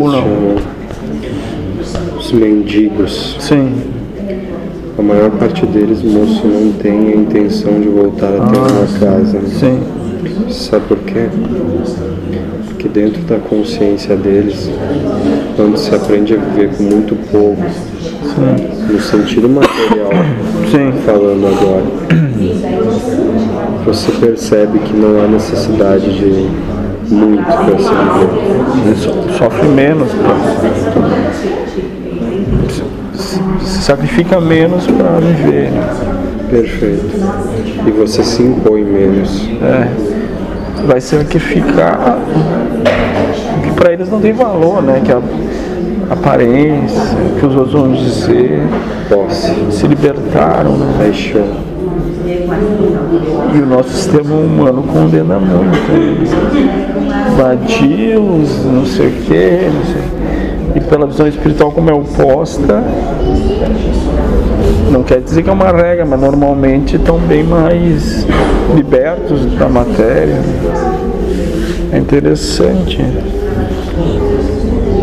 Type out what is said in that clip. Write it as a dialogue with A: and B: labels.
A: Ou não?
B: São um, os mendigos.
A: Sim.
B: A maior parte deles, moço, não tem a intenção de voltar até
A: Ah,
B: uma casa.
A: Sim.
B: Sabe por quê? Porque dentro da consciência deles, quando se aprende a viver com muito pouco,
A: Sim.
B: no sentido material,
A: Sim.
B: falando agora, você percebe que não há necessidade de muito para se viver.
A: Ele so- sofre menos. pra- se- se Sacrifica menos pra viver. né?
B: Perfeito. E você se impõe menos.
A: É. Vai sacrificar o que pra eles não tem valor, né? Que é a aparência, o que os outros vão dizer.
B: Posse,
A: Se libertaram, né?
B: paixão.
A: E o nosso sistema humano condena muito. Vadios, não sei o quê, não sei. E pela visão espiritual como é oposta, não quer dizer que é uma regra, mas normalmente estão bem mais libertos da matéria. É interessante.